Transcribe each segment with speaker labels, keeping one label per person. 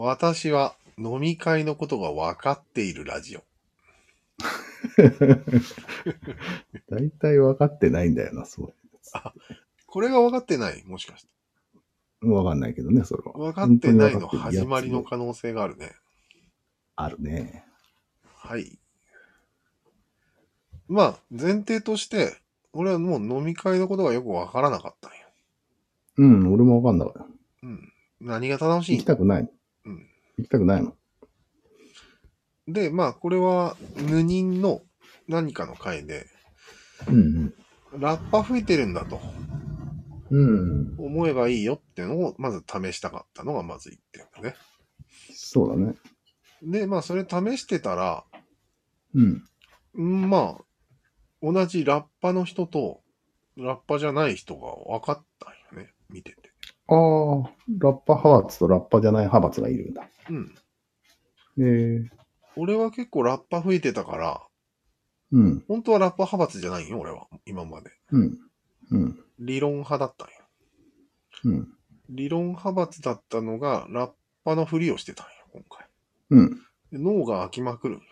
Speaker 1: 私は飲み会のことが分かっているラジオ。
Speaker 2: 大体分かってないんだよな、そう。
Speaker 1: これが分かってないもしかして。
Speaker 2: 分かんないけどね、それは。
Speaker 1: 分かってないの
Speaker 2: 本当に分かってるやつ
Speaker 1: 始まりの可能性があるね。
Speaker 2: あるね。
Speaker 1: はい。まあ、前提として、俺はもう飲み会のことがよく分からなかったんよ。
Speaker 2: うん、俺も分かんなかった。
Speaker 1: うん。何が楽しい
Speaker 2: 行きたくない。
Speaker 1: うん
Speaker 2: 行きたくないの。
Speaker 1: で、まあ、これは、無人の何かの回で、
Speaker 2: うん
Speaker 1: ラッパ吹いてるんだと
Speaker 2: うん。うん。
Speaker 1: 思えばいいよっていうのを、まず試したかったのが、まず一点だね。
Speaker 2: そうだね。
Speaker 1: で、まあ、それ試してたら、
Speaker 2: うん。
Speaker 1: うんまあ、同じラッパの人と、ラッパじゃない人が分かったんよね、見てて。
Speaker 2: ああ、ラッパ派閥とラッパじゃない派閥がいるんだ。
Speaker 1: うん。
Speaker 2: えー、
Speaker 1: 俺は結構ラッパ吹いてたから、
Speaker 2: うん、
Speaker 1: 本当はラッパ派閥じゃないんよ、俺は。今まで。
Speaker 2: うん、うん、
Speaker 1: 理論派だったんよ。
Speaker 2: うん、
Speaker 1: 理論派閥だったのが、ラッパのふりをしてたんよ、今回。
Speaker 2: うん、
Speaker 1: で脳が飽きまくるんよ。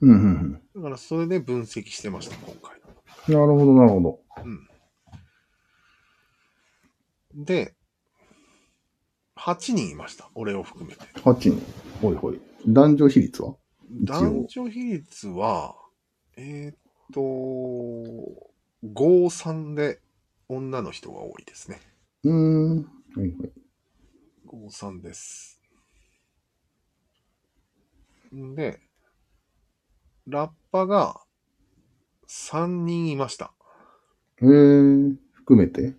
Speaker 2: うん、うん。
Speaker 1: だから、それで分析してました、今回。
Speaker 2: なるほど、なるほど。
Speaker 1: で、8人いました、俺を含めて。
Speaker 2: 8人。ほいほい。男女比率は一応
Speaker 1: 男女比率は、えーっと、53で女の人が多いですね。
Speaker 2: うーん。はいはい。
Speaker 1: 53です。んで、ラッパが3人いました。
Speaker 2: えー、含めて。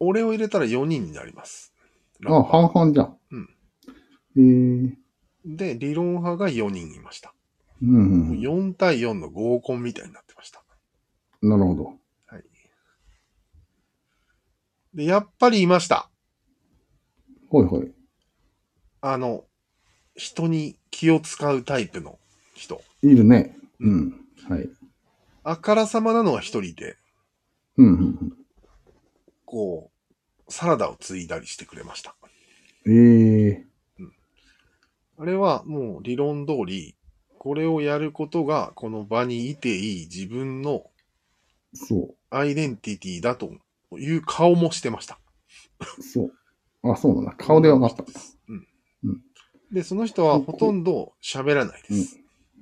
Speaker 1: 俺を入れたら4人になります。ラ
Speaker 2: あ、
Speaker 1: ッパ
Speaker 2: 半々じゃん。
Speaker 1: うん。
Speaker 2: えー、
Speaker 1: で、理論派が4人いました。
Speaker 2: うん、うん。
Speaker 1: 4対4の合コンみたいになってました。
Speaker 2: なるほど。
Speaker 1: はい。で、やっぱりいました。
Speaker 2: ほいほい。
Speaker 1: あの、人に気を使うタイプの人。
Speaker 2: いるね。うん。はい。
Speaker 1: あからさまなのは一人で、
Speaker 2: うん、うん
Speaker 1: こう、サラダを継いだりしてくれました。
Speaker 2: うん。え
Speaker 1: あれはもう理論通り、これをやることがこの場にいていい自分の
Speaker 2: ー、そ
Speaker 1: アイデンティティだという顔もしてました。
Speaker 2: う、そう。あ、そうなんだ。顔で分かった。
Speaker 1: うん
Speaker 2: うん
Speaker 1: で、その人はほとんど喋らないです。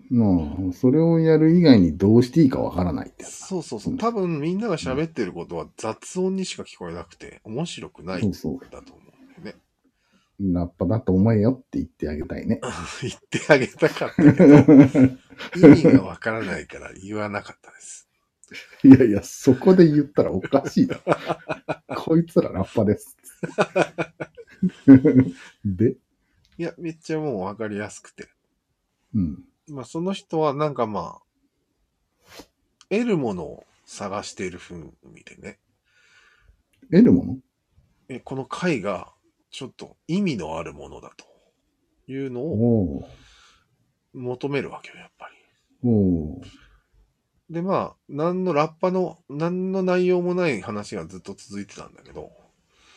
Speaker 2: まあ、それをやる以外にどうしていいかわからないってやつだ。
Speaker 1: そうそうそうう。
Speaker 2: ん
Speaker 1: 多分みんなが喋ってることは雑音にしか聞こえなくて面白くない
Speaker 2: そ
Speaker 1: ん
Speaker 2: うそう。
Speaker 1: だと思うんだ よね。
Speaker 2: ラッパだと思えよって言ってあげたいね。
Speaker 1: 言ってあげたかったけど、意味がわからないから言わなかったです。
Speaker 2: いやいや、そこで言ったらおかしいだろ。 こいつらラッパです。 で、
Speaker 1: いや、めっちゃもうわかりやすくて。
Speaker 2: うん。
Speaker 1: まあ、その人はなんかまあ、得るものを探している風味でね。
Speaker 2: 得るもの
Speaker 1: えこの回がちょっと意味のあるものだというのを
Speaker 2: おう
Speaker 1: 求めるわけよ、やっぱり。
Speaker 2: おう
Speaker 1: で、まあ、何のラッパの、何の内容もない話がずっと続いてたんだけど、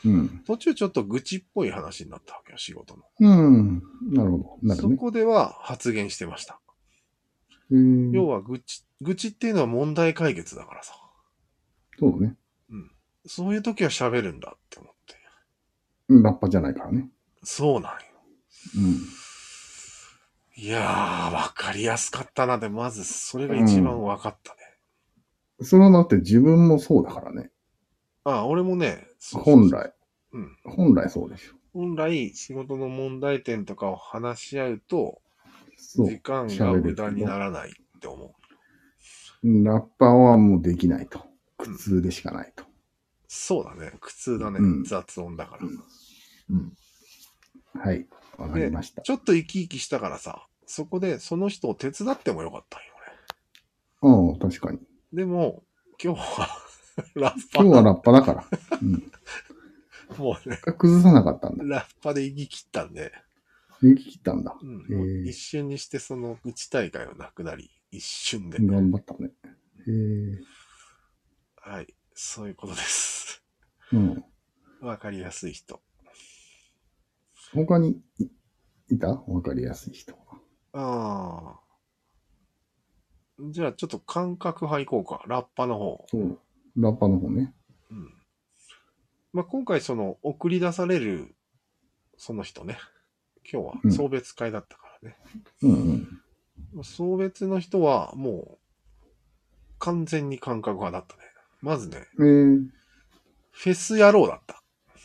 Speaker 2: うん。
Speaker 1: 途中ちょっと愚痴っぽい話になったわけよ、仕事の。
Speaker 2: うん。なるほど。なる
Speaker 1: そ
Speaker 2: ね。
Speaker 1: こでは発言してました。
Speaker 2: えー
Speaker 1: 要は愚痴、愚痴っていうのは問題解決だからさ。
Speaker 2: そうだね。
Speaker 1: そういう時は喋るんだって思って。
Speaker 2: うんラッパじゃないからね。
Speaker 1: そうなんよ。
Speaker 2: う
Speaker 1: いやー、わかりやすかったなで、まずそれが一番わかったね。
Speaker 2: ん。それはだって自分もそうだからね。
Speaker 1: あ、俺もね、そうそうそう
Speaker 2: 本。来。
Speaker 1: うん。
Speaker 2: 本来そうでしょ。
Speaker 1: 本来、仕事の問題点とかを話し合うと、
Speaker 2: そう
Speaker 1: 時。間が
Speaker 2: 喋れる
Speaker 1: 無駄にならないって思う。
Speaker 2: ラッパーはもうできないと。苦痛でしかないと。
Speaker 1: そうだね。苦痛だね。
Speaker 2: うん
Speaker 1: 雑音だから。
Speaker 2: うん。はい。わかりました。
Speaker 1: ちょっと生き生きしたからさ、そこでその人を手伝ってもよかったんよ、
Speaker 2: ああ、確かに。
Speaker 1: 俺。でも、今日は、ラッパ
Speaker 2: 今日は
Speaker 1: ー
Speaker 2: ラッパだから。うん。
Speaker 1: もうね、
Speaker 2: 崩さなかったんだ。
Speaker 1: ラッパで生き切ったんで、
Speaker 2: 言い切ったんだ。
Speaker 1: うん
Speaker 2: へえ
Speaker 1: もう一瞬にしてその打ち大会はなくなり、一瞬で。
Speaker 2: 頑張ったね。へえ。
Speaker 1: はい。 そういうことです。
Speaker 2: うん。
Speaker 1: わかりやすい人。
Speaker 2: 他にいいたわかりやすい人。
Speaker 1: ああ。じゃあ、ちょっと感覚派行こうか。ラッパの方。
Speaker 2: そう。ラッパの方ね。
Speaker 1: うん。まあ、今回、その、送り出される、その人ね。今日
Speaker 2: うん
Speaker 1: は送別会だったからね。
Speaker 2: うんうん。
Speaker 1: 送別の人は、もう、完全に感覚派だったね。まずね、
Speaker 2: えー、
Speaker 1: フェス野郎だった。
Speaker 2: ああ、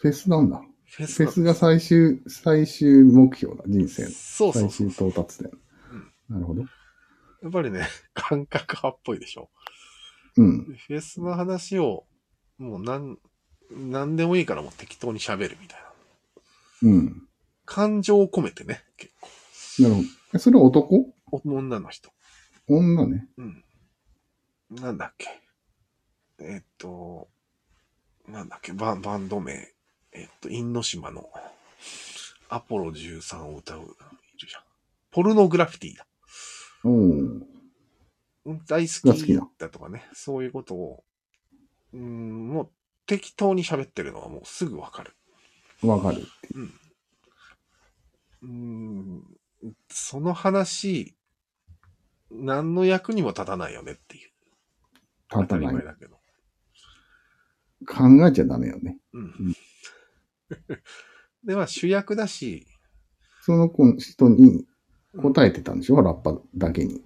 Speaker 2: フェスなんだ。
Speaker 1: フェス
Speaker 2: フェ
Speaker 1: だ
Speaker 2: スが最終、最終目標だ、人生の。
Speaker 1: そうそう
Speaker 2: 最
Speaker 1: そう
Speaker 2: 終。到達点。なるほど。
Speaker 1: やっぱりね、感覚派っぽいでしょ。
Speaker 2: うん。
Speaker 1: フェスの話を、もうなん、なんでもいいからもう適当に喋るみたいな。
Speaker 2: うん。
Speaker 1: 感情を込めてね、結構。
Speaker 2: なるほどえ。それは男
Speaker 1: 女の人。
Speaker 2: 女ね。
Speaker 1: うん。なんだっけ。えっと、なんだっけ、バンバンド名。えっと、因島のアポロ13を歌う、いるじゃん。ポルノグラフィティだ。
Speaker 2: おお。
Speaker 1: うん大好
Speaker 2: が好
Speaker 1: き
Speaker 2: きな
Speaker 1: だとかね、そういうことを、うん、もう適当に喋ってるのはもうすぐわかる。
Speaker 2: わかる。
Speaker 1: うん、その話、何の役にも立たないよねっていう。
Speaker 2: 立た
Speaker 1: 当
Speaker 2: ない
Speaker 1: たり前。だけど。
Speaker 2: 考えちゃダメよね。
Speaker 1: うん。 で、まあ主役だし、
Speaker 2: その子の人に答えてたんでしょ、ラッパだけに。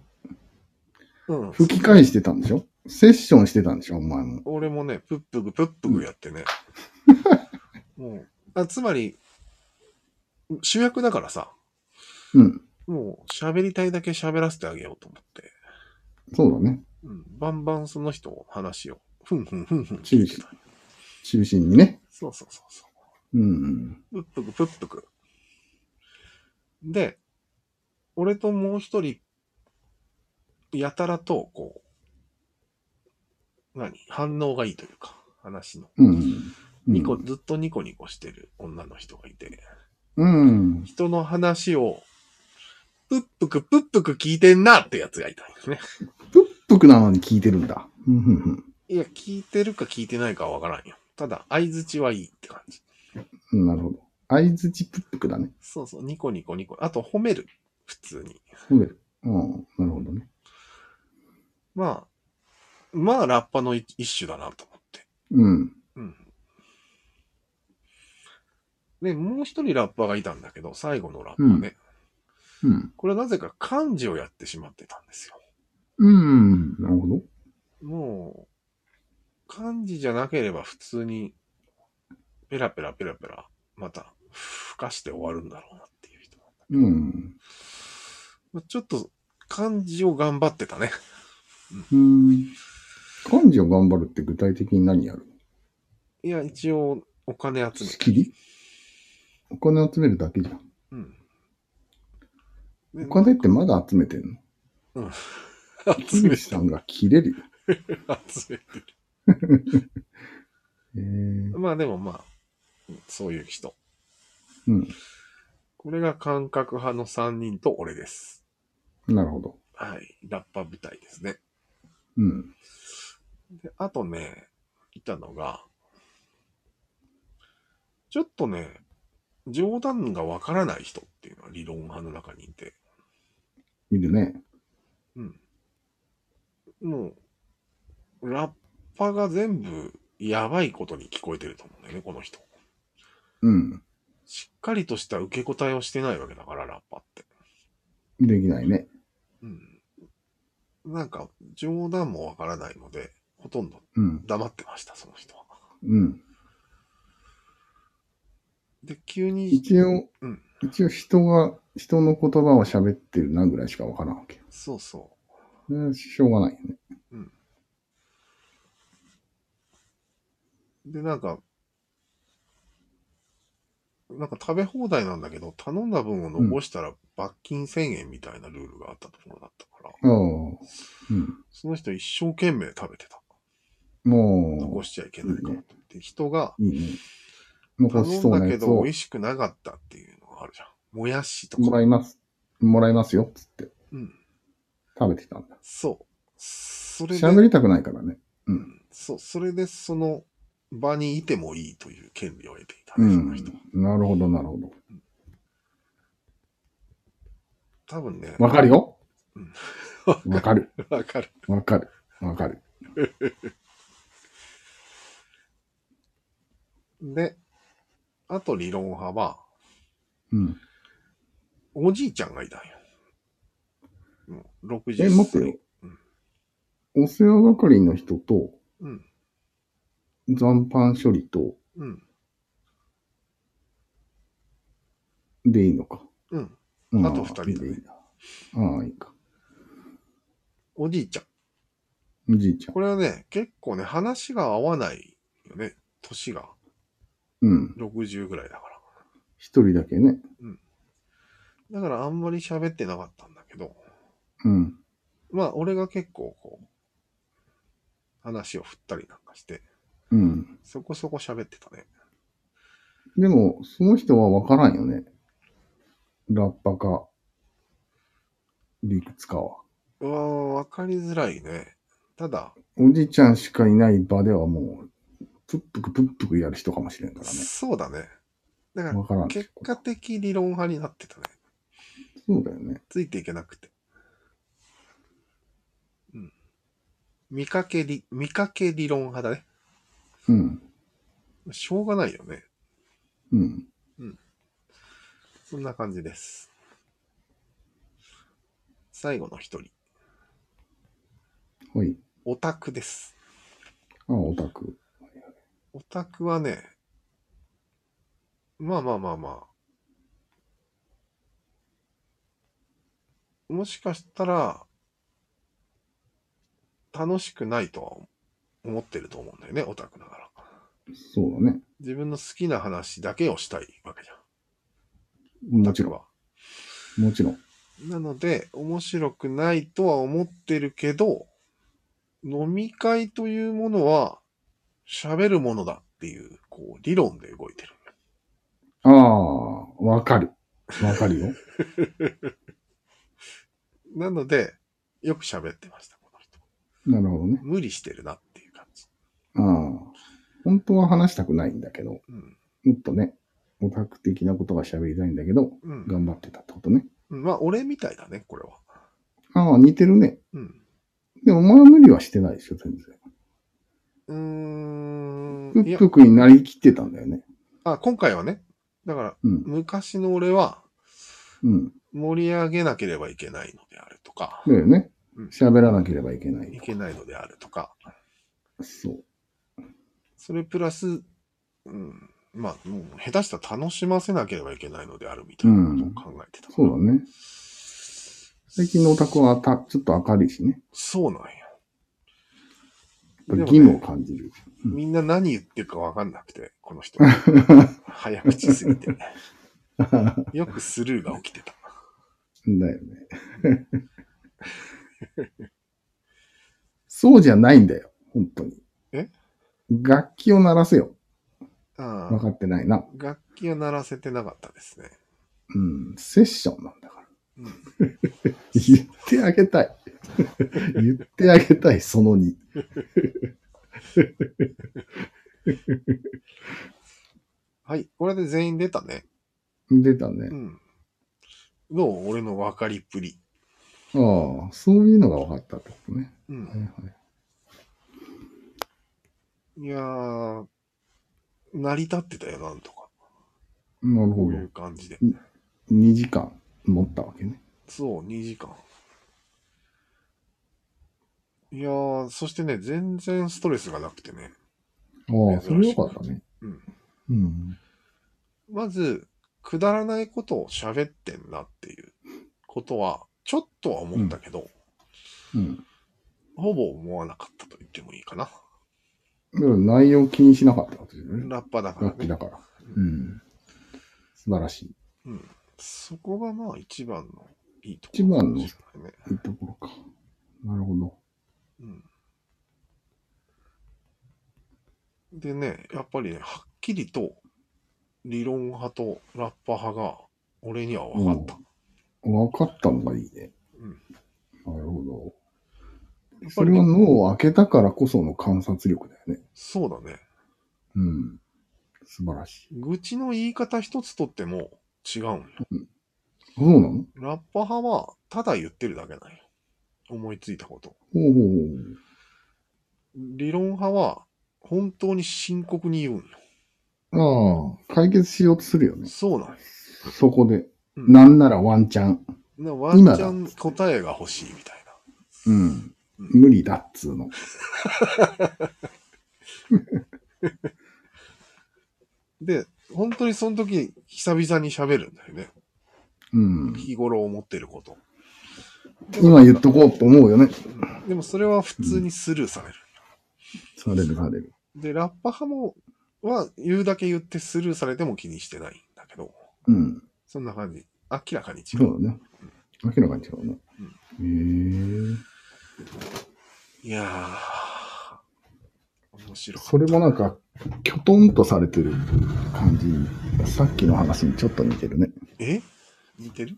Speaker 1: うん。
Speaker 2: 吹き返してたんでしょセッションしてたんでしょお前も。
Speaker 1: 俺もね、プップグプップグやってね。もう、あ、つまり、主役だからさ、
Speaker 2: うん。
Speaker 1: もう喋りたいだけ喋らせてあげようと思って。
Speaker 2: そうだね。
Speaker 1: うん、バンバンその人の話を、ふんふんふんふん聞
Speaker 2: 中
Speaker 1: いて
Speaker 2: 心
Speaker 1: た。。
Speaker 2: 中心にね。
Speaker 1: そうそうそうそ
Speaker 2: うん。
Speaker 1: う。ぷっぷくぷっぷく。で、俺ともう一人、やたらと、こう、何反応がいいというか、話の。
Speaker 2: うん。うん
Speaker 1: ニコ、ずっとニコニコしてる女の人がいて、
Speaker 2: うん。
Speaker 1: 人の話を、ぷっぷくぷっぷく聞いてんなってやつがいたんですね。
Speaker 2: プップクなのに聞いてるんだ。うんうん
Speaker 1: いや、聞いてるか聞いてないかはわからんよ。ただ、相づちはいいって感じ。
Speaker 2: うん。なるほど。相づちプップクだね。
Speaker 1: そうそう、ニコニコニコ。あと褒める。普通に。
Speaker 2: 褒める。うん。なるほどね。
Speaker 1: まあ、まあ、ラッパの一一種だなと思って。
Speaker 2: うん。
Speaker 1: うん。で、もう一人ラッパーがいたんだけど、最後のラッパーね。
Speaker 2: うん。
Speaker 1: これはなぜか漢字をやってしまってたんですよ。
Speaker 2: うん。なるほど。
Speaker 1: もう、漢字じゃなければ普通に、ペラペラペラペラ、また、ふかして終わるんだろうなっていう人なんだ
Speaker 2: うん。
Speaker 1: まあちょっと、漢字を頑張ってたね。
Speaker 2: うん。漢字を頑張るって具体的に何やる
Speaker 1: いや、一応、お金集め
Speaker 2: 仕切りお金集めるだけじゃん。
Speaker 1: うん。
Speaker 2: お金ってまだ集めてんの
Speaker 1: 集め
Speaker 2: 金さんが切れるよ。
Speaker 1: 集め
Speaker 2: えー、
Speaker 1: まあでもまあ、そういう人。
Speaker 2: うん。
Speaker 1: これが感覚派の3人と俺です。
Speaker 2: なるほど。
Speaker 1: はい。ラッパ舞台ですね。
Speaker 2: うん。
Speaker 1: で、あとね、いたのが、ちょっとね、冗談がわからない人っていうのは理論派の中にいて、
Speaker 2: いるね。
Speaker 1: うん。もう、ラッパが全部やばいことに聞こえてると思うんだよね、この人。
Speaker 2: うん。
Speaker 1: しっかりとした受け答えをしてないわけだから、ラッパって。
Speaker 2: できないね。
Speaker 1: うん。なんか、冗談もわからないので、ほとんど
Speaker 2: うん。
Speaker 1: 黙ってました、その人は。
Speaker 2: うん。
Speaker 1: で、急に、
Speaker 2: 一応、
Speaker 1: うん
Speaker 2: 一応人が、人の言葉を喋ってるなぐらいしかわからんわけ。
Speaker 1: そうそ
Speaker 2: それはしょうがないよね。
Speaker 1: う。で、なんか、なんか食べ放題なんだけど、頼んだ分を残したら罰金1000円みたいなルールがあったところだったから、
Speaker 2: ああ。うん。
Speaker 1: その人一生懸命食べてた。
Speaker 2: も
Speaker 1: 残しちゃいけないからって。で人が、
Speaker 2: う、いいね。残し
Speaker 1: 頼ん
Speaker 2: そう
Speaker 1: だ
Speaker 2: な
Speaker 1: け
Speaker 2: やつ
Speaker 1: ど
Speaker 2: を
Speaker 1: 美味しくなかったっていうのがあるじゃん。もやしと
Speaker 2: も
Speaker 1: か。
Speaker 2: らいます。もらいますよ、つって。
Speaker 1: うん。
Speaker 2: 食べてたんだ。
Speaker 1: そう。それで
Speaker 2: 喋りたくないからね。
Speaker 1: そう、それでその、場にいてもいいという権利を得ていた
Speaker 2: う
Speaker 1: ね、その
Speaker 2: ん
Speaker 1: 人。。
Speaker 2: なるほど、なるほど。
Speaker 1: 多分ね、
Speaker 2: わかるよ
Speaker 1: うん。
Speaker 2: わかる。
Speaker 1: わかる。
Speaker 2: わかる。わかる。
Speaker 1: で、あと理論派は、
Speaker 2: うん。
Speaker 1: おじいちゃんがいたんよ。もう60歳。
Speaker 2: え、待ってよ
Speaker 1: うん。
Speaker 2: お世話係の人と、
Speaker 1: うん。
Speaker 2: 残飯処理と、
Speaker 1: うん。
Speaker 2: でいいのか。
Speaker 1: うん。
Speaker 2: うん
Speaker 1: あと二人だね
Speaker 2: でいいんだ。ああ、いいか。
Speaker 1: おじいちゃん。
Speaker 2: おじいちゃん。
Speaker 1: これはね、結構ね、話が合わないよね。年が
Speaker 2: うん。
Speaker 1: 60ぐらいだから。
Speaker 2: 一人だけね。
Speaker 1: だからあんまり喋ってなかったんだけど、
Speaker 2: うん。
Speaker 1: まあ俺が結構こう、話を振ったりなんかして、
Speaker 2: うん。
Speaker 1: そこそこ喋ってたね。
Speaker 2: でも、その人はわからんよね。ラッパか、理屈かは。
Speaker 1: うわー、わかりづらいね。ただ、
Speaker 2: おじいちゃんしかいない場ではもう、プップクプップクやる人かもしれんからね。
Speaker 1: そうだね。だから
Speaker 2: わからん。
Speaker 1: 結果的理論派になってたね。
Speaker 2: そうだよね。
Speaker 1: ついていけなくて。うん。見かけり、見かけ理論派だね。
Speaker 2: うん。
Speaker 1: しょうがないよね。
Speaker 2: うん。
Speaker 1: そんな感じです。最後の一人、
Speaker 2: はい。
Speaker 1: オタクです。
Speaker 2: ああ、オタク。
Speaker 1: オタクはね、まあまあまあまあ、もしかしたら、楽しくないとは思ってると思うんだよね、オタクながら。
Speaker 2: そうだね。
Speaker 1: 自分の好きな話だけをしたいわけじゃん。
Speaker 2: もちろ
Speaker 1: オタクは
Speaker 2: ん。もちろん。
Speaker 1: なので、面白くないとは思ってるけど、飲み会というものは喋るものだっていう、こう、理論で動いてる。
Speaker 2: ああ、わかる。わかるよ。
Speaker 1: なので、よく喋ってました、この人。
Speaker 2: なるほどね。
Speaker 1: 無理してるなっていう感じ。
Speaker 2: ああ。本当は話したくないんだけど、
Speaker 1: うん。
Speaker 2: もっとね、オタク的なことが喋りたいんだけど、
Speaker 1: うん。
Speaker 2: 頑張ってたってことね。
Speaker 1: まあ、俺みたいだね、これは。
Speaker 2: ああ、似てるね。
Speaker 1: うん。
Speaker 2: でも、まあ無理はしてないでしょ、全然。
Speaker 1: う
Speaker 2: プ
Speaker 1: ーん。い
Speaker 2: ッ
Speaker 1: や、
Speaker 2: プクになりきってたんだよね。
Speaker 1: あ、今回はね。だから、
Speaker 2: うん。
Speaker 1: 昔の俺は
Speaker 2: うん。
Speaker 1: 盛り上げなければいけないのであるとか、
Speaker 2: だよね
Speaker 1: うん。
Speaker 2: 喋らなければいけない
Speaker 1: い。けないのであるとか、
Speaker 2: そう。
Speaker 1: それプラス、うん、まあ、もう下手したら楽しませなければいけないのであるみたいなことを考えてた。
Speaker 2: そうだね。最近のオタクはたちょっと明るいしね。
Speaker 1: そうなんや。
Speaker 2: やっぱ
Speaker 1: で
Speaker 2: り
Speaker 1: も
Speaker 2: 義
Speaker 1: ね
Speaker 2: 務を感じる。うん
Speaker 1: みんな何言ってるかわかんなくて、この人。早口すぎて。
Speaker 2: だ
Speaker 1: よくスルーが起きてた。
Speaker 2: よね。そうじゃないんだよ、本当に。
Speaker 1: え
Speaker 2: 楽器を鳴らせよ。
Speaker 1: あ
Speaker 2: 分
Speaker 1: あ
Speaker 2: かってないな。
Speaker 1: 楽器を鳴らせてなかったですね。
Speaker 2: うん、セッションなんだから。
Speaker 1: うん
Speaker 2: 言ってあげた い。言ってあげたい、その2。
Speaker 1: はい、これで全員出たね。
Speaker 2: 出たね
Speaker 1: う。ん。どう俺の分かりっぷり。
Speaker 2: ああ、そういうのが分かったってことね。
Speaker 1: う
Speaker 2: はい
Speaker 1: ん。
Speaker 2: はい。
Speaker 1: いやー、成り立ってたよ、なんとか。
Speaker 2: なる
Speaker 1: こ
Speaker 2: ほ
Speaker 1: う
Speaker 2: ど
Speaker 1: い。う感じで。
Speaker 2: 2時間持ったわけね。
Speaker 1: そう、2時間。いやー、そしてね、全然ストレスがなくてね。
Speaker 2: ああ、そ
Speaker 1: 珍
Speaker 2: れ
Speaker 1: し
Speaker 2: よ
Speaker 1: い
Speaker 2: かったね。
Speaker 1: うん。
Speaker 2: うん。
Speaker 1: まず、くだらないことを喋ってんなっていうことは、ちょっとは思ったけど、
Speaker 2: うん。
Speaker 1: ほぼ思わなかったと言ってもいいかな。
Speaker 2: だから内容気にしなかったわけですよね。
Speaker 1: ラッパだから
Speaker 2: 楽器
Speaker 1: ね。
Speaker 2: だから。うん。素晴らしい。
Speaker 1: うん。そこがまあ一番のいいとこ
Speaker 2: 一番の
Speaker 1: かもしれないね。
Speaker 2: いいところか。なるほど。
Speaker 1: うん。でね、やっぱりね、はっきりと理論派とラッパ派が俺には分かった。
Speaker 2: 分かったのがいいね。
Speaker 1: うん
Speaker 2: なるほ
Speaker 1: や
Speaker 2: ど。
Speaker 1: っ
Speaker 2: そ
Speaker 1: ぱり
Speaker 2: れは脳を開けたからこその観察力だよね。
Speaker 1: そうだね。
Speaker 2: うん。素晴らしい。
Speaker 1: 愚痴の言い方一つとっても違うんよ。
Speaker 2: あそうなの
Speaker 1: ラッパ派はただ言ってるだけなんよ。思いついたこと。
Speaker 2: ほうほうほう。
Speaker 1: 理論派は本当に深刻に言うんよ。
Speaker 2: ああ、解決しようとするよね。
Speaker 1: そうなんよ。
Speaker 2: そこで。
Speaker 1: うん
Speaker 2: なんならワンチャン。
Speaker 1: なワンチャン答えが欲しいみたい
Speaker 2: うん。無理だっつうの。
Speaker 1: な。で、本当にその時久々に喋るんだよね。
Speaker 2: うん。
Speaker 1: 日頃思ってること。
Speaker 2: 今言っとこうと思うよね。
Speaker 1: うんでもそれは普通にスルーされる。
Speaker 2: されるされる。
Speaker 1: で、ラッパ派も、は言うだけ言ってスルーされても気にしてないんだけど、
Speaker 2: うん。
Speaker 1: そんな感じ。明らかに違。
Speaker 2: そううだね。明らかに違うね。へ
Speaker 1: いやー、面白
Speaker 2: え。
Speaker 1: い。
Speaker 2: それもなんか、きょとんとされてる感じ。さっきの話にちょっと似てるね。
Speaker 1: え似てる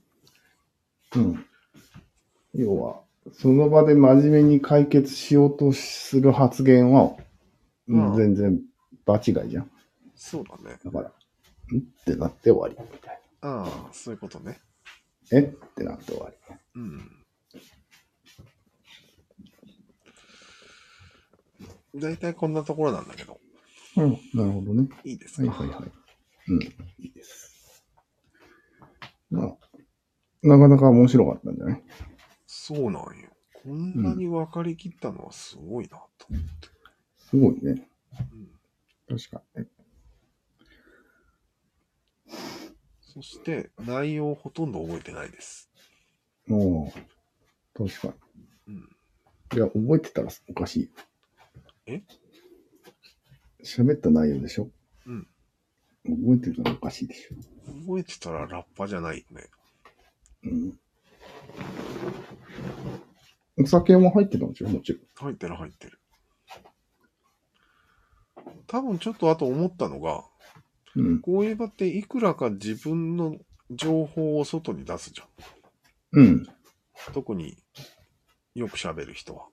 Speaker 2: うん。要は、その場で真面目に解決しようとする発言は、
Speaker 1: うん
Speaker 2: 全然場違いじゃん。
Speaker 1: そうだね。
Speaker 2: だから、んってなって終わり。みたい
Speaker 1: ああ、そういうことね。
Speaker 2: な。えってなって終わり。
Speaker 1: うん。大体こんなところなんだけど、
Speaker 2: うん。なるほどね。
Speaker 1: いいです
Speaker 2: はい
Speaker 1: か、
Speaker 2: はいはい。うん。いいです。まあ、なかなか面白かったんじゃない
Speaker 1: そうなんよ。こんなに分かりきったのはすごいなと。
Speaker 2: すごいね。
Speaker 1: うん
Speaker 2: 確かにね。
Speaker 1: そして、内容ほとんど覚えてないです。
Speaker 2: もう、確か
Speaker 1: うん。
Speaker 2: に。いや、覚えてたらおかしい
Speaker 1: え
Speaker 2: よ。喋った内容でしょ
Speaker 1: うん。
Speaker 2: 覚えてたらおかしいでしょ。
Speaker 1: 覚えてたらラッパじゃないよね。
Speaker 2: うん。お酒も入ってたんでしょもちろん。
Speaker 1: 入ってる入ってる。多分ちょっとあと思ったのが、
Speaker 2: うん。
Speaker 1: こういう場っていくらか自分の情報を外に出すじゃん。
Speaker 2: うん。
Speaker 1: 特によく喋る人は。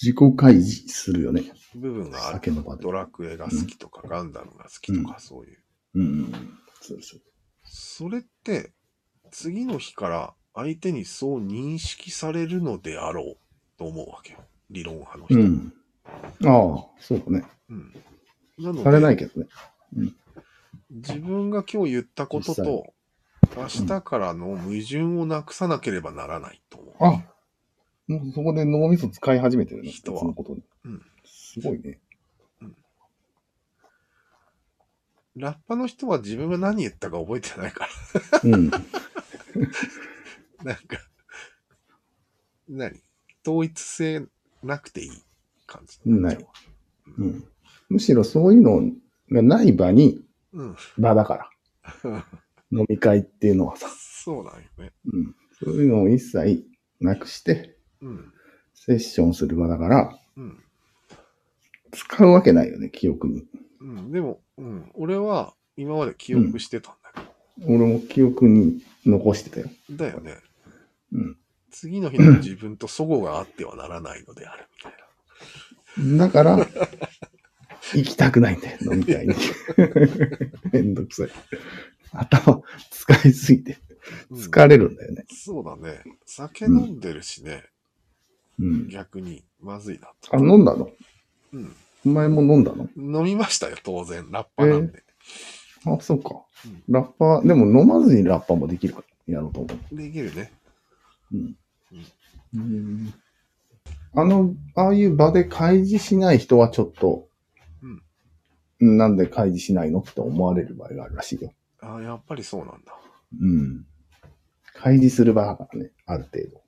Speaker 2: 自己開示するよね。
Speaker 1: 部分がある。
Speaker 2: 酒の場で
Speaker 1: ド。ラクエが好きとか、ガンダムが好きとか、そういう。
Speaker 2: うん。そうそう。
Speaker 1: それって、次の日から相手にそう認識されるのであろうと思うわけよ。理論派の人。
Speaker 2: うん。ああ、そうだね。
Speaker 1: うんなので
Speaker 2: されないけどね。
Speaker 1: 自分が今日言ったことと、明日からの矛盾をなくさなければならないと思う。
Speaker 2: あもうそこで脳みそ使い始めてるね。
Speaker 1: 人は
Speaker 2: そのことに。
Speaker 1: うん
Speaker 2: すごいね。
Speaker 1: ラッパの人は自分が何言ったか覚えてないか
Speaker 2: うん。
Speaker 1: ら、なん か、何統一性なくていい感じ。
Speaker 2: ない。うん、むしろそういうのがない場に、
Speaker 1: うん。
Speaker 2: 場だから。 飲み会っていうのはさ。
Speaker 1: そうなんよね。
Speaker 2: うん。そういうのを一切なくして、
Speaker 1: うん。
Speaker 2: セッションする場だから、
Speaker 1: うん。
Speaker 2: 使うわけないよね、記憶に。
Speaker 1: うん、でも、うん。俺は今まで記憶してたんだけど。
Speaker 2: 俺も記憶に残してたよ。
Speaker 1: だよね。
Speaker 2: うん。
Speaker 1: 次の日の自分と齟齬があってはならないのであるみたいな。
Speaker 2: だから、 行きたくないんだよ、飲みたいに。 めんどくさい。頭使いすぎて、
Speaker 1: うん
Speaker 2: 疲れるんだよね。
Speaker 1: そうだね。酒飲んでるしね、
Speaker 2: うん。
Speaker 1: 逆にまずいな
Speaker 2: あ、
Speaker 1: と。
Speaker 2: 飲んだの
Speaker 1: うん、
Speaker 2: お前も飲んだの
Speaker 1: 飲みましたよ、当然。ラッパなんで。
Speaker 2: あ、そうか
Speaker 1: うん。
Speaker 2: ラッパー、でも飲まずにラッパーもできるから、やろうと思
Speaker 1: できるね。
Speaker 2: う。うん。うんあの、ああいう場で開示しない人はちょっと、
Speaker 1: うん
Speaker 2: なんで開示しないのって思われる場合があるらしいよ。
Speaker 1: あやっぱりそうなんだ。
Speaker 2: うん。開示する場だからね、ある程度。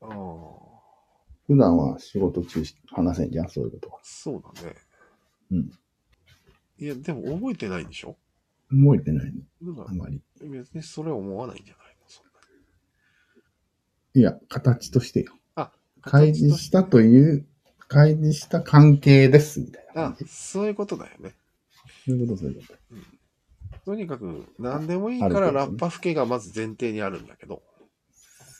Speaker 1: ああ、
Speaker 2: 普段は仕事中し話せんじゃん、そういうことは。
Speaker 1: そうだね。
Speaker 2: うん。
Speaker 1: いや、でも覚えてないんでしょ
Speaker 2: 覚えてないの、
Speaker 1: だか
Speaker 2: あまり。
Speaker 1: ら別にそれは思わないんじゃないのそんなに
Speaker 2: いや、形としてよ。
Speaker 1: あ、
Speaker 2: 開示したという、開示した関係です、みたい
Speaker 1: あ
Speaker 2: な感じ。、
Speaker 1: そういうことだよね。
Speaker 2: そういうこと、そういうこと。
Speaker 1: とにかく何でもいい
Speaker 2: あ
Speaker 1: から
Speaker 2: る程度ね
Speaker 1: ラッパ吹けがまず前提にあるんだけど、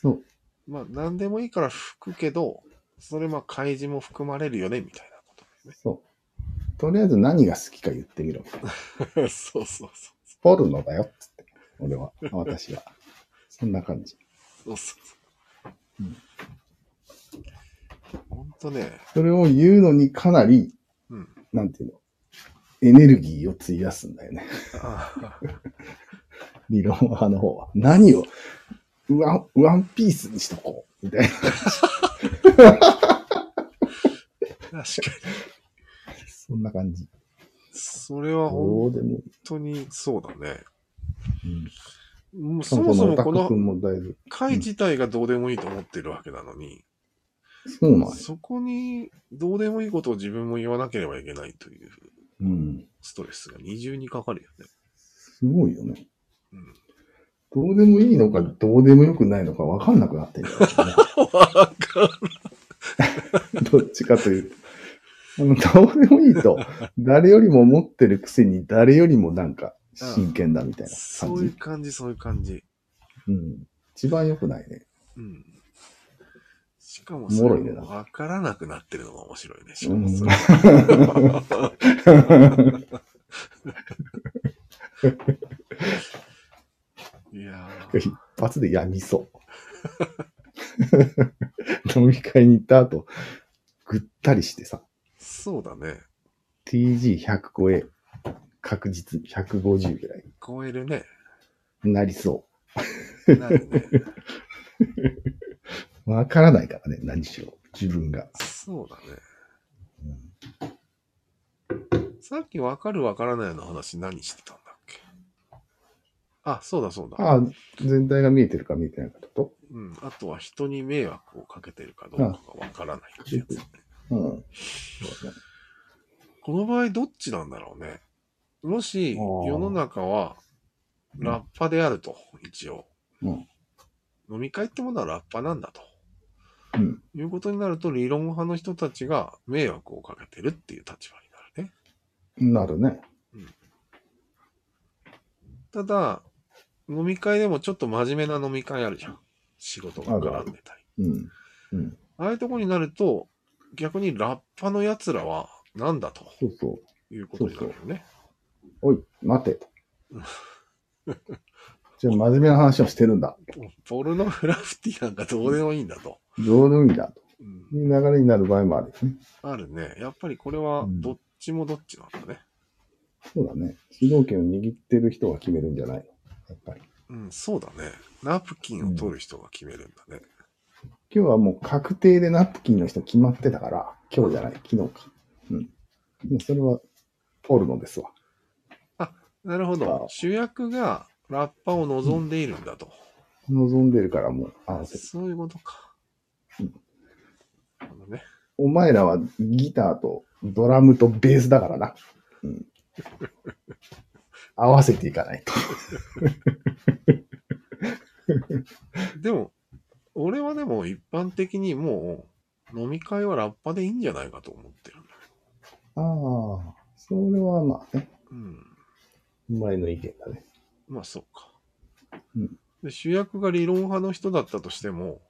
Speaker 2: そう。
Speaker 1: まあ何でもいいから吹くけど、それまあ開示も含まれるよねみたいなことだよね。
Speaker 2: そう。とりあえず何が好きか言ってみろみたいな。
Speaker 1: そうそうそう。
Speaker 2: ポルノだよっつって。俺 は、私は。そんな感じ。
Speaker 1: そうそうそう
Speaker 2: うん。
Speaker 1: ほんとね、
Speaker 2: それを言うのにかなり、
Speaker 1: うん。
Speaker 2: なんていうの、エネルギーを費やすんだよね。
Speaker 1: あー
Speaker 2: 理論派の方は。何を、ワン、ワンピースにしとこう。みたいな。
Speaker 1: 確かに。
Speaker 2: そんな感じ。
Speaker 1: それは
Speaker 2: ど
Speaker 1: 本
Speaker 2: うでもいい。
Speaker 1: 当にそうだね。
Speaker 2: うん
Speaker 1: もうそ
Speaker 2: そも
Speaker 1: も
Speaker 2: そ
Speaker 1: そ
Speaker 2: も
Speaker 1: も
Speaker 2: タ
Speaker 1: こ
Speaker 2: カ
Speaker 1: の
Speaker 2: 君もだいぶ。
Speaker 1: 回自体がどうでもいいと思ってるわけなのに、
Speaker 2: そうなんです。
Speaker 1: そこにどうでもいいことを自分も言わなければいけないという
Speaker 2: うん。
Speaker 1: ストレスが二重にかかるよね。
Speaker 2: すごいよね。
Speaker 1: うん
Speaker 2: どうでもいいのか、どうでもよくないのか分かんなく なってる、ね。
Speaker 1: わかる。
Speaker 2: どっちかというと。あのどうでもいいと、誰よりも持ってるくせに、誰よりもなんか真剣だみたいな
Speaker 1: そ
Speaker 2: 感
Speaker 1: ういう
Speaker 2: じ。
Speaker 1: 感じ、そういう感じ。
Speaker 2: うん。一番良くない ね。
Speaker 1: うん。しかも、
Speaker 2: おもろいね
Speaker 1: わからなくなってるのが面白いね。しか
Speaker 2: う
Speaker 1: も
Speaker 2: ん
Speaker 1: それ いやー
Speaker 2: 一発でやみそう。 飲み会に行った後、ぐったりしてさ、
Speaker 1: そうだね。
Speaker 2: TG100 超え、確実に150ぐらい
Speaker 1: 超えるね。
Speaker 2: になりそ
Speaker 1: なるね。
Speaker 2: う。わからないからね、何しろ、自分が。
Speaker 1: そうだね。さっきわかるわからないの話何してたんだっけあ、そうだそうだ。
Speaker 2: ああ、全体が見えてるか見えてないかってこ
Speaker 1: うん、あとは人に迷惑をかけてるかどうかがわからないってやつね。
Speaker 2: とうん。そうだね
Speaker 1: この場合どっちなんだろうね。もし
Speaker 2: あー
Speaker 1: 世の中はラッパであると、一応。
Speaker 2: うん
Speaker 1: 飲み会ってものはラッパなんだと。
Speaker 2: うん。
Speaker 1: いうことになると理論派の人たちが迷惑をかけてるっていう立場になるね。
Speaker 2: なるね。
Speaker 1: ただ、飲み会でもちょっと真面目な飲み会あるじゃん。仕事が絡んでたり。
Speaker 2: うん。うん。
Speaker 1: ああいうとこになると、逆にラッパの奴らは何だと
Speaker 2: そうそう。
Speaker 1: いうことになるよね。
Speaker 2: おい、待てと。 じゃあ、真面目な話をしてるんだ。
Speaker 1: ポルノグラフィティなんかどうでもいいんだと。
Speaker 2: どうでもいいんだ。
Speaker 1: うん
Speaker 2: という流れになる場合もあるよね。
Speaker 1: あるね。やっぱりこれは
Speaker 2: うん
Speaker 1: どっちもどっちなんだね。
Speaker 2: そうだね。主導権を握ってる人が決めるんじゃないのやっぱり。
Speaker 1: うん、そうだね。ナプキンを取る人が決めるんだね。
Speaker 2: 今日はもう確定でナプキンの人決まってたから、今日じゃない、昨日か。うん。もうそれは、ポルノですわ。
Speaker 1: なるほ
Speaker 2: あ
Speaker 1: ど。主役がラッパを望んでいるんだと。
Speaker 2: 望んでるからもう合わせる。
Speaker 1: そういうことか。
Speaker 2: うん
Speaker 1: なるほどね。
Speaker 2: お前らはギターとドラムとベースだからな。うん。合わせていかないと。
Speaker 1: でも、俺はでも一般的にもう飲み会はラッパでいいんじゃないかと思ってるんだけ
Speaker 2: ああ、それはまあね、
Speaker 1: ど。うん。
Speaker 2: お前の意見だね。
Speaker 1: まあそうか。
Speaker 2: うん
Speaker 1: で主役が理論派の人だったとしても、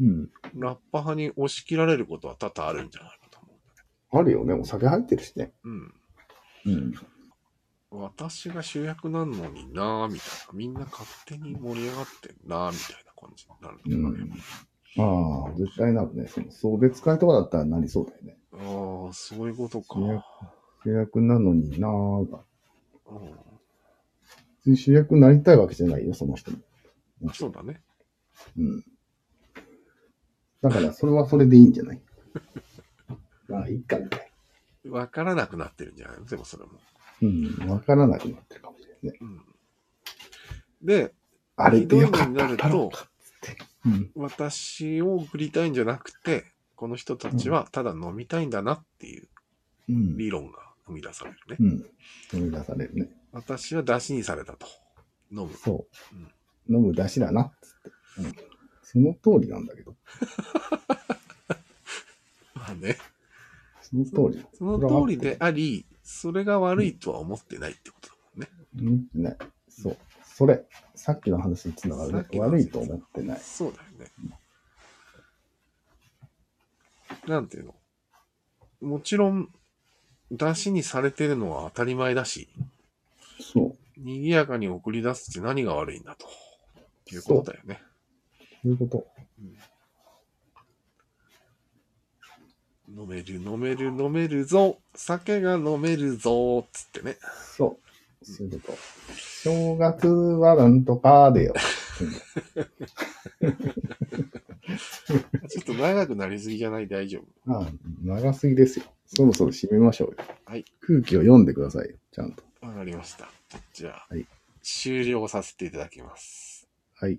Speaker 2: うん。
Speaker 1: ラッパ派に押し切られることは多々あるんじゃないかと思うんだけ
Speaker 2: あるよね、お酒入ってるしね。
Speaker 1: ど。うん。
Speaker 2: うん。
Speaker 1: 私が主役なのになぁ、みたいな。みんな勝手に盛り上がってんなぁ、みたいな感じになる
Speaker 2: うん
Speaker 1: だよね。
Speaker 2: ああ、絶対なるね。その送別会とかだったらなりそうだよね。
Speaker 1: ああ、そういうことか。
Speaker 2: 主役主役なのになーが。
Speaker 1: う
Speaker 2: 別に主役になりたいわけじゃないよ、その人も。
Speaker 1: ん、そうだね。
Speaker 2: うん。だから、それはそれでいいんじゃない まあ、いいかみたい
Speaker 1: わからなくなってるんじゃないのでもそれも。
Speaker 2: な。うん。わからなくなってるかもしれないね。
Speaker 1: うん、で、
Speaker 2: あれでよか
Speaker 1: ひどいの
Speaker 2: っ
Speaker 1: になる
Speaker 2: た
Speaker 1: と
Speaker 2: だろうかっつって。うん。
Speaker 1: 私を送りたいんじゃなくて、この人たちはただ飲みたいんだなっていう
Speaker 2: うん。
Speaker 1: 理論が生み出されるね。
Speaker 2: うん。飲み出されるね。
Speaker 1: 私は出しにされたと。飲む。
Speaker 2: そう。飲む出汁だなっつって。うん。その通りなんだけど。
Speaker 1: まあね。
Speaker 2: その通り。
Speaker 1: その通りであり、それが悪いとは思ってないってことだもんね。
Speaker 2: 思ってない。そう。それ。さっきの話につながるね
Speaker 1: さっ。きの話
Speaker 2: 悪いと思ってない。
Speaker 1: そうだよね。なんていうのもちろん、出しにされてるのは当たり前だし、
Speaker 2: そう。
Speaker 1: 賑やかに送り出すって何が悪いんだと。いうことだよね。
Speaker 2: そういうこと。
Speaker 1: 飲める飲める飲めるぞ酒が飲めるぞつってね。
Speaker 2: そう。そういうこと。正月はなんとかでよ。
Speaker 1: ちょっと長くなりすぎじゃない大丈夫。
Speaker 2: ああ、長すぎですよ。そろそろ締めましょうよ。
Speaker 1: はい。
Speaker 2: 空気を読んでくださいよ。ちゃんと。
Speaker 1: わかりました。じゃあ、
Speaker 2: はい
Speaker 1: 終了させていただきます。
Speaker 2: はい。